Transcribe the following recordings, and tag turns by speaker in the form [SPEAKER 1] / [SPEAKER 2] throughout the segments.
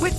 [SPEAKER 1] With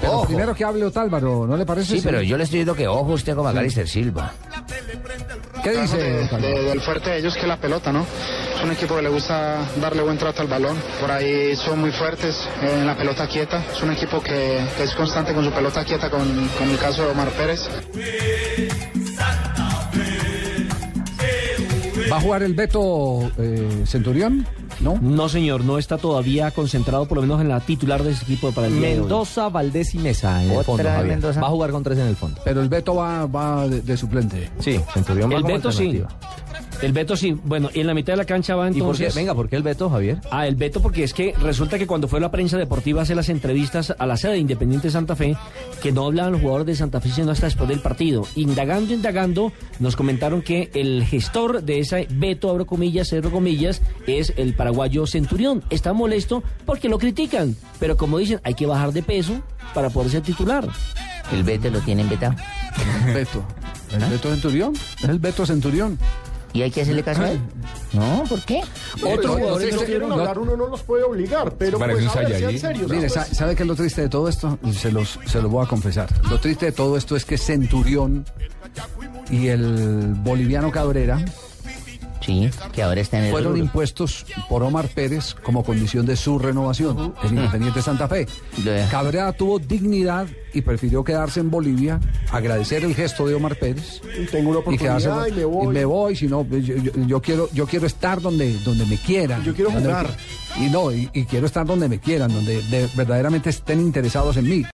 [SPEAKER 2] Pero primero que hable Otálvaro, ¿no le parece?
[SPEAKER 3] Sí, pero yo le estoy diciendo que ojo usted con Macalister Silva.
[SPEAKER 2] ¿Qué dice Otálvaro?
[SPEAKER 4] de- del fuerte de ellos que es la pelota, ¿no? Es un equipo que le gusta darle buen trato al balón. Por ahí son muy fuertes en la pelota quieta. Es un equipo que, que es constante con su pelota quieta, con, con el caso de Omar Pérez.
[SPEAKER 2] ¿Va a jugar el Beto eh, Centurión? ¿No?
[SPEAKER 5] No, señor, no está todavía concentrado, por lo menos en la titular de ese equipo para el día de hoy.
[SPEAKER 6] Mendoza, Valdés y Mesa en el
[SPEAKER 3] Otra
[SPEAKER 6] fondo,
[SPEAKER 3] vez
[SPEAKER 6] Javier.
[SPEAKER 3] Mendoza.
[SPEAKER 6] Va a jugar con tres en el fondo.
[SPEAKER 2] Pero el Beto va, va de, de suplente.
[SPEAKER 6] Sí, Centurión va
[SPEAKER 5] El
[SPEAKER 6] como
[SPEAKER 5] Beto sí.
[SPEAKER 6] alternativa.
[SPEAKER 5] El Beto sí. Bueno, y en la mitad de la cancha va
[SPEAKER 6] ¿Y por qué?
[SPEAKER 5] entonces.
[SPEAKER 6] Venga, ¿por qué el Beto, Javier?
[SPEAKER 5] Ah, el Beto, porque es que resulta que cuando fue la prensa deportiva a hacer las entrevistas a la sede de Independiente Santa Fe, que no hablaban los jugadores de Santa Fe sino hasta después del partido. Indagando, indagando, nos comentaron que el gestor de ese Beto, abro comillas, cero comillas, es el paraguayo Centurión. Está molesto porque lo critican, pero como dicen, hay que bajar de peso para poder ser titular.
[SPEAKER 3] El Beto lo tienen vetado.
[SPEAKER 2] Beto. ¿El Beto Centurión? Es el Beto Centurión. ¿Eh?
[SPEAKER 3] ¿Y hay que hacerle caso a él? No, ¿por qué?
[SPEAKER 2] Otro jugador
[SPEAKER 7] Si no quieren hablar, uno no los puede obligar, pero
[SPEAKER 8] Parece
[SPEAKER 7] pues
[SPEAKER 8] un
[SPEAKER 7] a ver, sean
[SPEAKER 2] ¿eh?
[SPEAKER 8] Saiyajin.
[SPEAKER 7] serios.
[SPEAKER 2] Mire,
[SPEAKER 7] pues.
[SPEAKER 2] sa- ¿sabe qué es lo triste de todo esto? Se los, se los voy a confesar. Lo triste de todo esto es que Centurión y el boliviano Cabrera
[SPEAKER 3] Sí, que ahora está en el.
[SPEAKER 2] fueron
[SPEAKER 3] rubro.
[SPEAKER 2] impuestos por Omar Pérez como condición de su renovación en Independiente Santa Fe.
[SPEAKER 3] Lo deja.
[SPEAKER 2] Cabrera tuvo dignidad y prefirió quedarse en Bolivia, agradecer el gesto de Omar Pérez
[SPEAKER 7] Y tengo una
[SPEAKER 2] y
[SPEAKER 7] oportunidad
[SPEAKER 2] quedarse
[SPEAKER 7] y, me voy.
[SPEAKER 2] si no pues, yo, yo- yo quiero yo quiero estar donde donde me quieran.
[SPEAKER 7] Yo quiero
[SPEAKER 2] Donde me
[SPEAKER 7] jugar.
[SPEAKER 2] qui- y no, y, y quiero estar donde me quieran, donde de- verdaderamente estén interesados en mí.